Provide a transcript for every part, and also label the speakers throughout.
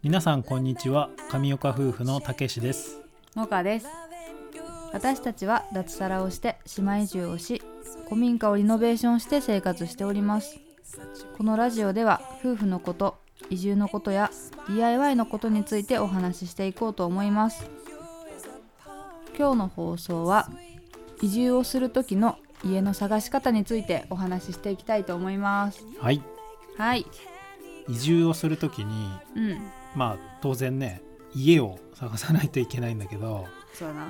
Speaker 1: 皆さんこんにちは上岡夫婦のたけしです
Speaker 2: のかです私たちは脱サラをして島移住をし古民家をリノベーションして生活しておりますこのラジオでは夫婦のこと移住のことや DIY のことについてお話ししていこうと思います今日の放送は移住をする時の家の探し方についてお話ししていきたいと思います
Speaker 1: はい
Speaker 2: はい
Speaker 1: 移住をするときに
Speaker 2: うん
Speaker 1: まあ当然ね家を探さないといけないんだけど
Speaker 2: そうだな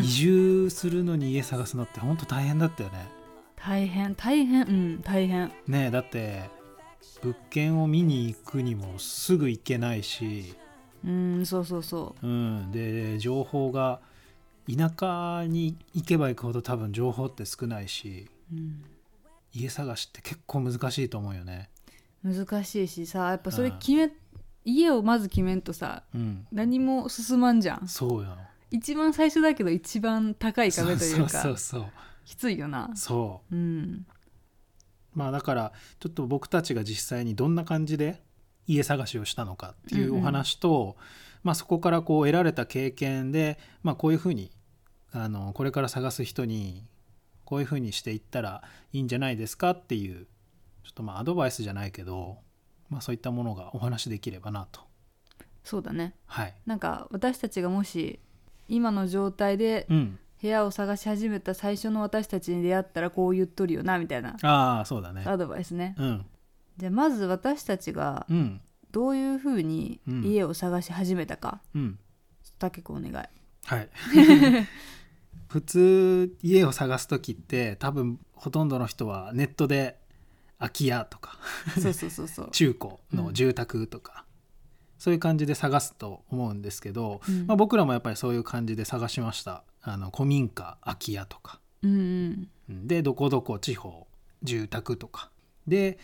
Speaker 1: 移住するのに家探すのってほんと大変だったよね
Speaker 2: 大変大変うん大変
Speaker 1: ねえだって物件を見に行くにもすぐ行けないし、
Speaker 2: うんそうそうそ
Speaker 1: うん、で情報が田舎に行けば行くほど多分情報って少ないし
Speaker 2: う、うん
Speaker 1: 家探しって結構難しいと思うよね。
Speaker 2: 難しいしさやっぱそれ
Speaker 1: うん
Speaker 2: 決め、家をまず決めんとさ
Speaker 1: うん、
Speaker 2: 何も進まんじゃん
Speaker 1: そうよ
Speaker 2: 一番最初だけど一番高い
Speaker 1: そ
Speaker 2: 壁
Speaker 1: う
Speaker 2: とい
Speaker 1: そうう
Speaker 2: か
Speaker 1: そうそう
Speaker 2: きついよな
Speaker 1: そ
Speaker 2: うん
Speaker 1: うまあだからちょっと僕たちが実際にどんな感じで家探しをしたのかってい
Speaker 2: うん
Speaker 1: う
Speaker 2: うん
Speaker 1: お話と、まあ、そこからこう得られた経験で、まあ、こういうふうにあのこれから探す人にこういうふうにしていったらいいんじゃないですかっていうちょっとまあアドバイスじゃないけど、まあ、そういったものがお話できればなと。
Speaker 2: そうだね
Speaker 1: はい、
Speaker 2: なんか私たちがもし今の状態で
Speaker 1: うん、
Speaker 2: 部屋を探し始めた最初の私たちに出会ったらこう言っとるよなみたいな
Speaker 1: ああそうだね。
Speaker 2: アドバイスね
Speaker 1: うん、
Speaker 2: じゃあまず私たちが
Speaker 1: うん、
Speaker 2: どういうふうに家を探し始めたか、
Speaker 1: うん
Speaker 2: たけこお願い
Speaker 1: はい 普通家を探す時って多分ほとんどの人はネットで空き家とか
Speaker 2: そうそうそうそう
Speaker 1: 中古の住宅とか、そういう感じで探すと思うんですけど、
Speaker 2: う ん
Speaker 1: まあ、僕らもやっぱりそういう感じで探しましたあの古民家空き家とか
Speaker 2: うんうん
Speaker 1: うんでどこどこ地方住宅とかで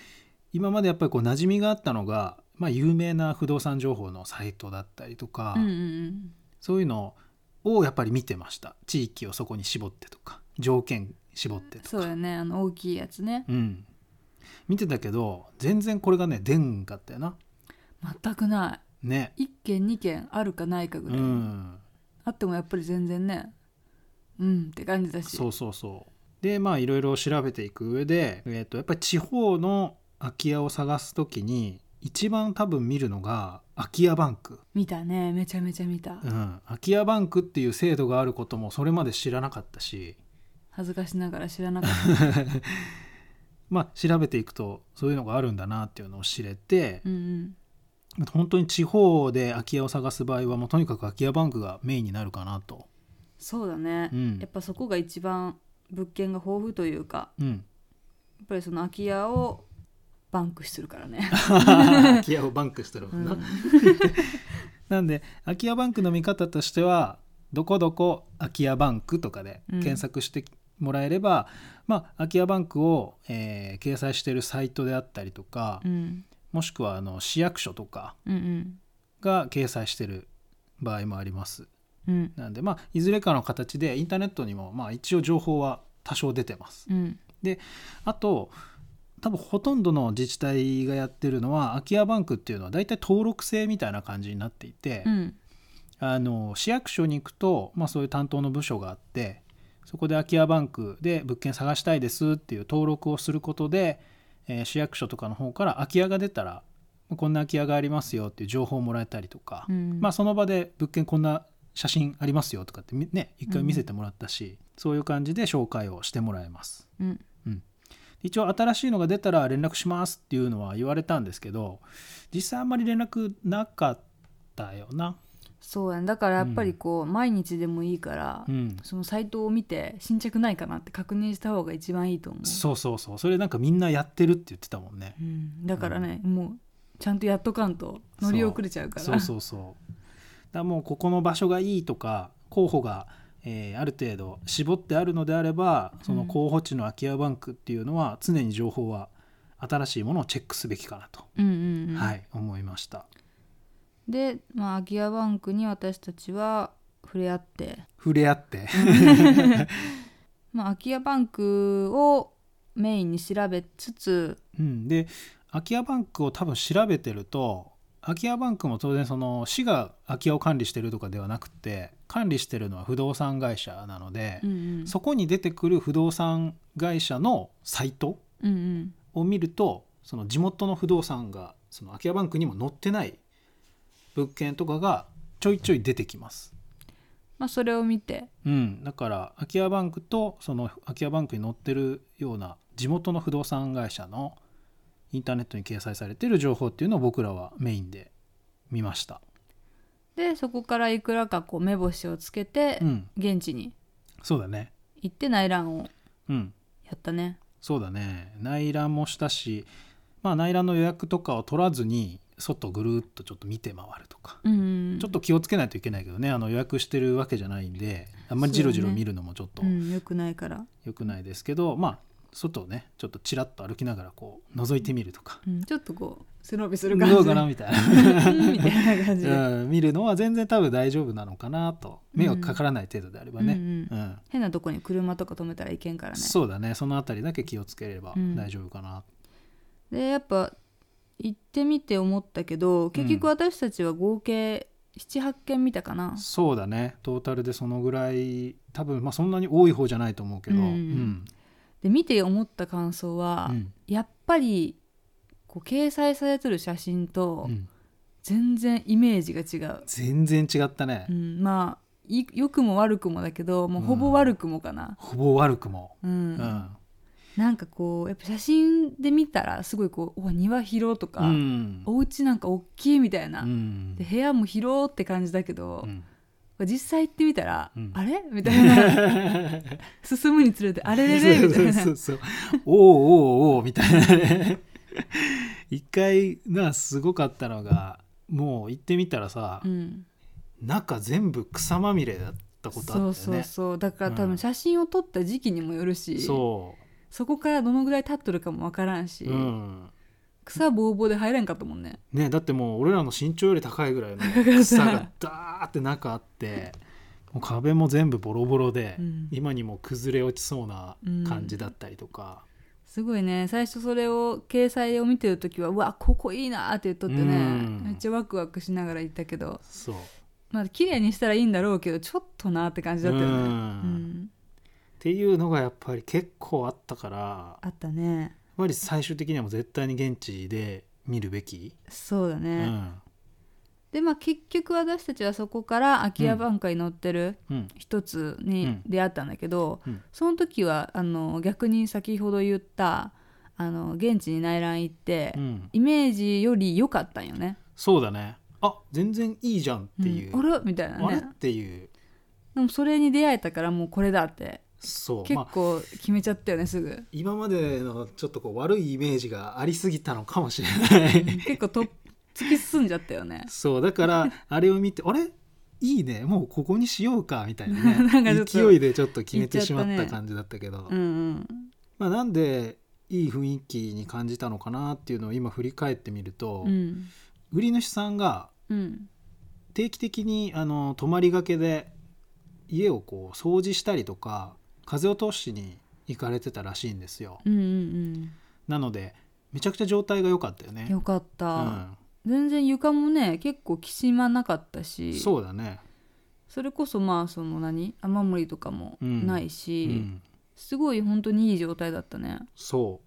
Speaker 1: 今までやっぱりこう馴染みがあったのが、まあ、有名な不動産情報のサイトだったりとか、
Speaker 2: うんうん
Speaker 1: そういうのをやっぱり見てました地域をそこに絞ってとか条件絞ってとか
Speaker 2: そうよねあの大きいやつね
Speaker 1: うん、見てたけど全然これがね出んかったよな
Speaker 2: 全くな
Speaker 1: ね
Speaker 2: い1軒2軒あるかないかぐ
Speaker 1: う
Speaker 2: らい、
Speaker 1: ん
Speaker 2: あってもやっぱり全然ねうんって感じだし
Speaker 1: そうそうそうでまあいろいろ調べていく上で、えー、とやっぱり地方の空き家を探す時に一番多分見るのが空き家バンク、
Speaker 2: 見たねめちゃめちゃ見た、
Speaker 1: うん、空き家バンクっていう制度があることもそれまで知らなかったし
Speaker 2: 恥ずかしながら知らなかっ
Speaker 1: まあ調べていくとそういうのがあるんだなっていうのを知れて、
Speaker 2: たうんうん
Speaker 1: 本当に地方で空き家を探す場合はもうとにかく空き家バンクがメインになるかなと。
Speaker 2: そうだね、
Speaker 1: うん
Speaker 2: やっぱそこが一番物件が豊富というか
Speaker 1: うん、
Speaker 2: やっぱりその空き家をバンクするか らね、
Speaker 1: 空き家をバンクしてるも
Speaker 2: うん
Speaker 1: な、
Speaker 2: ん、
Speaker 1: なんで空き家バンクの見方としては「どこどこ空き家バンク」とかで
Speaker 2: うん
Speaker 1: 検索してもらえれば、まあ、空き家バンクを、えー掲載しているサイトであったりとか、
Speaker 2: うん
Speaker 1: もしくはあの市役所とか
Speaker 2: うんうん
Speaker 1: が掲載している場合もあります。
Speaker 2: うん
Speaker 1: なんで、まあ、いずれかの形でインターネットにも、まあ、一応情報は多少出てます。
Speaker 2: うん
Speaker 1: あと多分ほとんどの自治体がやってるのは空き家バンクっていうのは大体登録制みたいな感じになっていて、
Speaker 2: うん
Speaker 1: あの市役所に行くと、まあ、そういう担当の部署があってそこで空き家バンクで物件探したいですっていう登録をすることで、えー市役所とかの方から空き家が出たらこんな空き家がありますよっていう情報をもらえたりとか、
Speaker 2: うん
Speaker 1: まあ、その場で物件こんな写真ありますよとかってみね一回見せてもらったし、そういう感じで紹介をしてもらえます。
Speaker 2: うん
Speaker 1: 一応新しいのが出たら連絡しますっていうのは言われたんですけど実際あんまり連絡なかったよな。
Speaker 2: そうやねだからやっぱりこう、毎日でもいいから、
Speaker 1: うん、
Speaker 2: そのサイトを見て新着ないかなって確認した方が一番いいと思う
Speaker 1: そうそうそうそれなんかみんなやってるって言ってたもんね。
Speaker 2: うん、だからね、もうちゃんとやっとかんと乗り遅れちゃうから
Speaker 1: そうそうそう。だからもうここの場所がいいとか候補が、えーある程度絞ってあるのであればその候補地の空き家バンクっていうのは常に情報は新しいものをチェックすべきかなと、
Speaker 2: うんうんうん
Speaker 1: はい思いました。
Speaker 2: で、まあ、アギアバンクに私たちは触れ合って、
Speaker 1: 触れ合って
Speaker 2: まあ、アギアバンクをメインに調べつつ
Speaker 1: うん、で空き家バンクを多分調べてると空き家バンクも当然その市が空き家を管理してるとかではなくて管理してるのは不動産会社なので
Speaker 2: う、んうん
Speaker 1: そこに出てくる不動産会社のサイト
Speaker 2: うんうん
Speaker 1: を見るとその地元の不動産がその空き家バンクにも載ってない物件とかがちょいちょい出てきます。
Speaker 2: まあ、それを見て
Speaker 1: うん、だから空き家バンクとその空き家バンクに載ってるような地元の不動産会社のインターネットに掲載されてる情報っていうのを僕らはメインで見ました、
Speaker 2: でそこからいくらかこう目星をつけて
Speaker 1: うん、
Speaker 2: 現地に
Speaker 1: そうだね
Speaker 2: 行って内覧を
Speaker 1: うん
Speaker 2: やったね
Speaker 1: そうだね内覧もしたしまあ内覧の予約とかを取らずに外ぐるーっとちょっと見て回るとか、
Speaker 2: うんうん
Speaker 1: ちょっと気をつけないといけないけどねあの予約してるわけじゃないんであんまりジロジロ見るのもちょっと
Speaker 2: うん、よくないから、
Speaker 1: 良くないですけど、まあ外をねちょっとちらっと歩きながらこう覗いてみるとか、
Speaker 2: うん、ちょっとこう背伸びする感じ
Speaker 1: どうかなみたい
Speaker 2: うんみたいな感じで、
Speaker 1: な、うん、見るのは全然多分大丈夫なのかなと迷惑かからない程度であれば
Speaker 2: うん
Speaker 1: ね、
Speaker 2: う
Speaker 1: うんん
Speaker 2: 変なとこに車とか止めたらいけんからね
Speaker 1: そうだねそのあたりだけ気をつければ
Speaker 2: うん
Speaker 1: 大丈夫かな、
Speaker 2: でやっぱ行ってみて思ったけど結局
Speaker 1: うん
Speaker 2: 私たちは合計78件見たかな、
Speaker 1: そうだねトータルでそのぐらい多分まあそんなに多い方じゃないと思うけど、
Speaker 2: う
Speaker 1: うんん
Speaker 2: で見て思った感想は、
Speaker 1: うん
Speaker 2: やっぱりこう掲載されてる写真と
Speaker 1: うん
Speaker 2: 全然イメージが違う、
Speaker 1: 全然違ったね、
Speaker 2: うん、まあい良くも悪くもだけどもうほぼ悪くもかな、
Speaker 1: ほぼ悪くも、
Speaker 2: うん
Speaker 1: うん
Speaker 2: なんかこうやっぱ写真で見たらすごいこうお庭広とか、
Speaker 1: うん
Speaker 2: お家なんか大きいみたいな、
Speaker 1: うん
Speaker 2: で部屋も広って感じだけど、
Speaker 1: うん
Speaker 2: 実際行ってみたら、
Speaker 1: うん
Speaker 2: あれみたいな 進むにつれてあれれれみたいな
Speaker 1: そうそうそうおうおうおうみたいなね一回なすごかったのがもう行ってみたらさ、
Speaker 2: うん
Speaker 1: 中全部草まみれだったこと
Speaker 2: そ
Speaker 1: あ
Speaker 2: う
Speaker 1: ったよ
Speaker 2: そう
Speaker 1: ね
Speaker 2: そうだから多
Speaker 1: う
Speaker 2: 分
Speaker 1: ん
Speaker 2: 写真を撮った時期にもよるし、
Speaker 1: そ
Speaker 2: そこからどのぐらい経っとるかもわからんし、
Speaker 1: ううん
Speaker 2: 草ぼうぼうで入れんかったもんね
Speaker 1: ねだってもう俺らの身長より高いぐら いの草がダーって中あってもう壁も全部ボロボロで、
Speaker 2: うん
Speaker 1: 今にも崩れ落ちそうな感じだったりとか、
Speaker 2: すごいね最初それを掲載を見てる時はうわここいいなって言っとってね、
Speaker 1: うん
Speaker 2: めっちゃワクワクしながら行ったけど
Speaker 1: そう
Speaker 2: まあ綺麗にしたらいいんだろうけどちょっとなって感じだったよね
Speaker 1: うん
Speaker 2: うん
Speaker 1: っていうのがやっぱり結構あったから
Speaker 2: あったね
Speaker 1: やっぱり最終的にはもう絶対に現地で見るべき、
Speaker 2: そうだ
Speaker 1: う
Speaker 2: ね、
Speaker 1: ん
Speaker 2: でまあ結局私たちはそこから空き家バンカーに乗ってる
Speaker 1: うん
Speaker 2: 一つに出会ったんだけど、
Speaker 1: うん
Speaker 2: その時はあの逆に先ほど言ったあの現地に内覧行って、
Speaker 1: うん、
Speaker 2: イメージより良かったんよね。
Speaker 1: そうだねあ全然いいじゃんっていう、
Speaker 2: うんあれみたいな
Speaker 1: あれっ
Speaker 2: ね。
Speaker 1: ていう
Speaker 2: でもそれに出会えたからもうこれだって
Speaker 1: そう、
Speaker 2: 結
Speaker 1: まあ、
Speaker 2: 構決めちゃったよねすぐ。
Speaker 1: 今までのちょっとこう悪いイメージがありすぎたのかもしれな
Speaker 2: うん
Speaker 1: い
Speaker 2: 結構と突き進んじゃった よね。
Speaker 1: そうだからあれを見てあれいいねもうここにしようかみたい
Speaker 2: な
Speaker 1: なん
Speaker 2: かちょ
Speaker 1: ね
Speaker 2: っと
Speaker 1: 勢いでちょっと決めてしまっ
Speaker 2: 言っちゃった
Speaker 1: た
Speaker 2: ね
Speaker 1: 感じだったけど
Speaker 2: うんうん。
Speaker 1: まあ、なんでいい雰囲気に感じたのかなっていうのを今振り返ってみると、
Speaker 2: うん
Speaker 1: 売り主さんが
Speaker 2: うん
Speaker 1: 定期的にあの泊まりがけで家をこう掃除したりとか風を通しに行かれてたらしいんですよ
Speaker 2: うんうん
Speaker 1: なのでめちゃくちゃ状態が良かったよ
Speaker 2: う
Speaker 1: ね
Speaker 2: ん。よかっ
Speaker 1: う
Speaker 2: た。
Speaker 1: ん、
Speaker 2: 全然床もね結構きしまなかったし
Speaker 1: そうだね、
Speaker 2: それこそまあその何雨漏りとかも
Speaker 1: うん
Speaker 2: ないうし、
Speaker 1: ん、
Speaker 2: すごい本当にいい状態だったね
Speaker 1: そ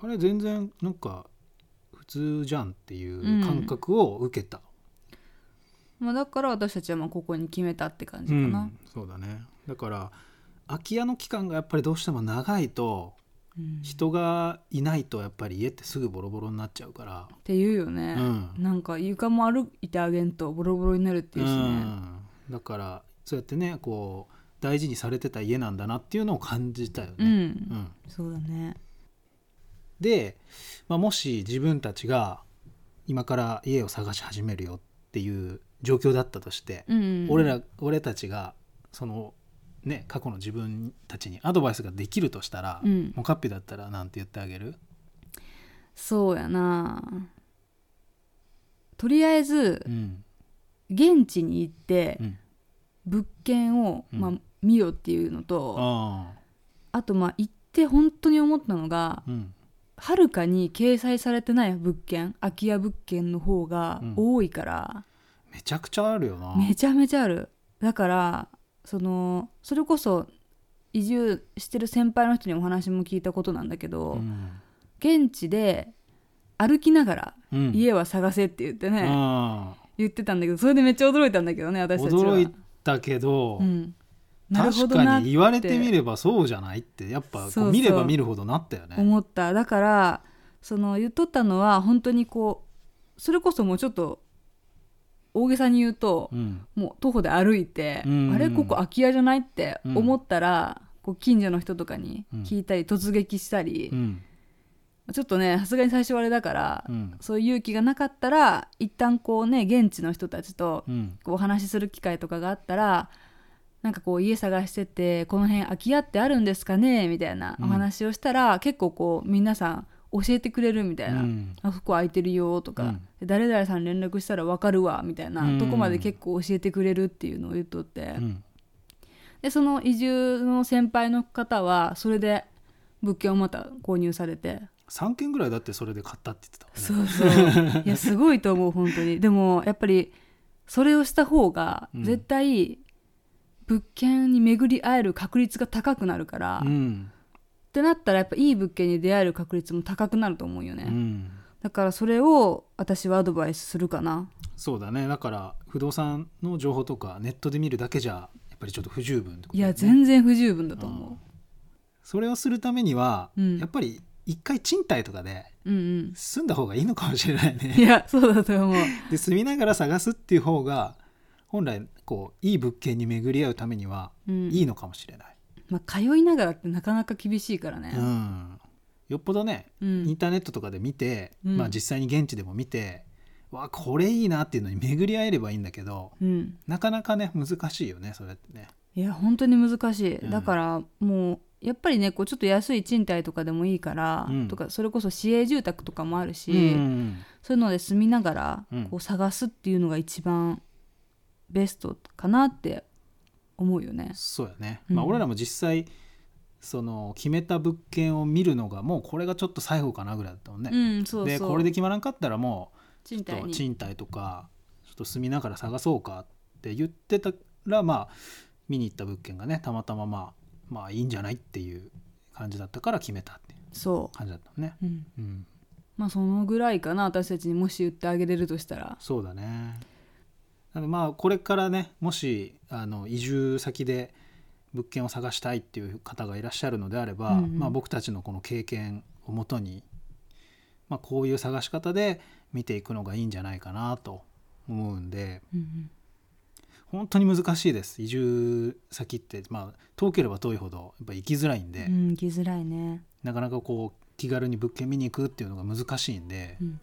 Speaker 1: うあれ全然なんか普通じゃんっていう感覚を受けた、
Speaker 2: まあだから私たちはまあここに決めたって感じ
Speaker 1: う
Speaker 2: か
Speaker 1: ん
Speaker 2: な、
Speaker 1: そうだねだから空き家の期間がやっぱりどうしても長いと
Speaker 2: うんっ
Speaker 1: 人がいないとやっぱり家ってすぐボロボロになっちゃうから、
Speaker 2: ていうよね、
Speaker 1: うん
Speaker 2: なんか床も歩いてあげんとボロボロになるっていうしね、
Speaker 1: うん、だからそうやってねこう大事にされてた家なんだなっていうのを感じたよ
Speaker 2: うん
Speaker 1: ね。うん
Speaker 2: そうだね
Speaker 1: で、まあ、もし自分たちが今から家を探し始めるよっていう状況だったとして、
Speaker 2: うんうん
Speaker 1: 俺ら俺たちがそのね過去の自分たちにアドバイスができるとしたら、
Speaker 2: うん
Speaker 1: もうカッピだったらなんて言ってあげる
Speaker 2: そうやなとりあえず
Speaker 1: うん
Speaker 2: 現地に行って
Speaker 1: うん
Speaker 2: 物件を、
Speaker 1: うん
Speaker 2: まあ、見ろっていうのと
Speaker 1: あ
Speaker 2: あとまあ行って本当に思ったのが
Speaker 1: あうん
Speaker 2: はるかに掲載されてない物件空き家物件の方が多いから、
Speaker 1: めちゃくちゃあるよな
Speaker 2: めちゃめちゃあるだからそのそれこそ移住してる先輩の人にお話も聞いたことなんだけど、
Speaker 1: うん
Speaker 2: 現地で歩きながら
Speaker 1: うん
Speaker 2: 家は探せって言ってね、
Speaker 1: あ
Speaker 2: 言ってたんだけどそれでめっちゃ驚いたんだけどね
Speaker 1: あ
Speaker 2: 私たちは
Speaker 1: 驚いたけど、
Speaker 2: うん、なるほ
Speaker 1: 確
Speaker 2: どな
Speaker 1: か
Speaker 2: っ
Speaker 1: に
Speaker 2: て
Speaker 1: 言われてみればそうじゃないってやっぱ
Speaker 2: そう
Speaker 1: こ
Speaker 2: そう
Speaker 1: う見れば見るほどなったよね。
Speaker 2: 思っただからその言っとったのは本当にこうそれこそもうちょっと大げさに言うと
Speaker 1: う、ん
Speaker 2: もう徒歩で歩いて、
Speaker 1: うん
Speaker 2: あれここ空き家じゃないって思ったら、こう近所の人とかに聞いたり、突撃したり
Speaker 1: う、ん
Speaker 2: ちょっとねさすがに最初はあれだから、
Speaker 1: うん
Speaker 2: そういう勇気がなかったら一旦こうね現地の人たちと
Speaker 1: うん
Speaker 2: こうお話しする機会とかがあったらなんかこう家探しててこの辺空き家ってあるんですかねみたいな
Speaker 1: う
Speaker 2: お
Speaker 1: ん
Speaker 2: 話をしたら、結構こう皆さん教えてくれるみたいな、
Speaker 1: うん
Speaker 2: あそこ空いてるよとか、
Speaker 1: うん
Speaker 2: で誰々さん連絡したら分かるわみたいな、
Speaker 1: うん
Speaker 2: とこまで結構教えてくれるっていうのを言っとって、
Speaker 1: うん
Speaker 2: でその移住の先輩の方はそれで物件をまた購入されて
Speaker 1: 3件ぐらいだってそれで買ったって言ってたもんね
Speaker 2: そうそういやすごいと思う本当にでもやっぱりそれをした方が
Speaker 1: うん
Speaker 2: 絶対物件に巡り会える確率が高くなるから、
Speaker 1: う
Speaker 2: っ
Speaker 1: ん
Speaker 2: てなったらやっぱいい物件に出会える確率も高くなると思うよね、
Speaker 1: うん
Speaker 2: だからそれを私はアドバイスするかな
Speaker 1: そうだねだから不動産の情報とかネットで見るだけじゃやっぱりちょっと不十分ってこと
Speaker 2: い
Speaker 1: だよね
Speaker 2: や全然不十分だと思
Speaker 1: それをするためには、
Speaker 2: うん
Speaker 1: やっぱり一回賃貸とかで
Speaker 2: う、うん、うん
Speaker 1: 住んだ方がいいのかもしれないね
Speaker 2: いやそうだと思う
Speaker 1: で住みながら探すっていう方が本来こういい物件に巡り合うためには
Speaker 2: うん
Speaker 1: いいのかもしれない、
Speaker 2: まあ、通いながらってなかなか厳しいからね
Speaker 1: う。ん、よっぽどね
Speaker 2: う
Speaker 1: イン
Speaker 2: ん、
Speaker 1: ターネットとかで見て、
Speaker 2: うん
Speaker 1: まあ、実際に現地でも見て、わあこれいいなっていうのに巡り合えればいいんだけど
Speaker 2: うん、
Speaker 1: なかなかね難しいよねそれってね。
Speaker 2: いや本当に難し
Speaker 1: う
Speaker 2: い。
Speaker 1: ん
Speaker 2: だからもうやっぱりねこうちょっと安い賃貸とかでもいいから、
Speaker 1: うん
Speaker 2: とかそれこそ市営住宅とかもあるし、
Speaker 1: うん
Speaker 2: そういうので住みながら
Speaker 1: うん
Speaker 2: こう探すっていうのが一番ベストかなって思うよね。
Speaker 1: そうやね、
Speaker 2: うん
Speaker 1: まあ、俺らも実際その決めた物件を見るのがもうこれがちょっと最後かなぐらいだったもんね。
Speaker 2: うん、そうそ
Speaker 1: で
Speaker 2: う。
Speaker 1: これで決まらんかったらもう
Speaker 2: 賃
Speaker 1: ちょっ
Speaker 2: 貸
Speaker 1: と
Speaker 2: に。
Speaker 1: 賃貸とかちょっと住みながら探そうかって言ってたらまあ見に行った物件がねたまたままあまあいいんじゃないっていう感じだったから決めたっていう
Speaker 2: そ
Speaker 1: 感じだったもんね。
Speaker 2: う。うん、
Speaker 1: うん、
Speaker 2: まあそのぐらいかな私たちにもし言ってあげれるとしたら。
Speaker 1: そうだねなのでまあこれからねもしあの移住先で物件を探したいっていう方がいらっしゃるのであれば、
Speaker 2: うんうん
Speaker 1: まあ、僕たちのこの経験をもとに、まあ、こういう探し方で見ていくのがいいんじゃないかなと思うんで
Speaker 2: うん
Speaker 1: 本当に難しいです移住先って、まあ、遠ければ遠いほどやっぱ行きづらいんで、
Speaker 2: うん、うん、行きづらいね。
Speaker 1: なかなかこう気軽に物件見に行くっていうのが難しいんで、
Speaker 2: うん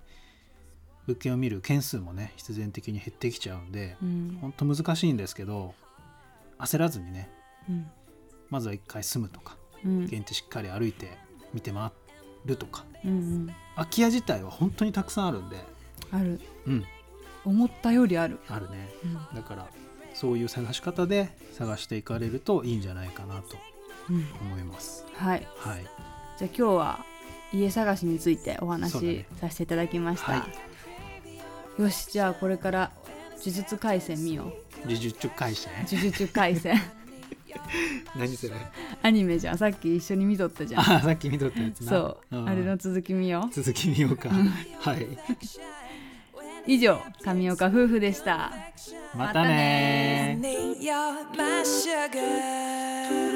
Speaker 1: 物件を見る件数もね必然的に減ってきちゃうんで、
Speaker 2: うん、
Speaker 1: 本当難しいんですけど焦らずにね
Speaker 2: うん、
Speaker 1: まずは一回住むとか
Speaker 2: うん、
Speaker 1: 現地しっかり歩いて見て回るとか
Speaker 2: うん、うん、
Speaker 1: 空き家自体は本当にたくさんあるんで
Speaker 2: ある。
Speaker 1: うん
Speaker 2: 思ったよりある、
Speaker 1: あるね
Speaker 2: うん
Speaker 1: だからそういう探し方で探していかれるといいんじゃないかなと思います
Speaker 2: はい
Speaker 1: はい
Speaker 2: じゃあ今日は家探しについてお話
Speaker 1: そうだ
Speaker 2: し
Speaker 1: ね
Speaker 2: させていただきました、
Speaker 1: は
Speaker 2: よしじゃあこれから呪術廻戦見よう
Speaker 1: 自術中会社ね
Speaker 2: 呪術廻 戦
Speaker 1: 何それ
Speaker 2: アニメじゃんさっき一緒に見とったじゃん
Speaker 1: ああさっき見とったやつな
Speaker 2: そう、
Speaker 1: ん
Speaker 2: あれの続き見よう
Speaker 1: 続き見ようか はい
Speaker 2: 以上神岡夫婦でした
Speaker 1: またねー
Speaker 3: You're my sugar.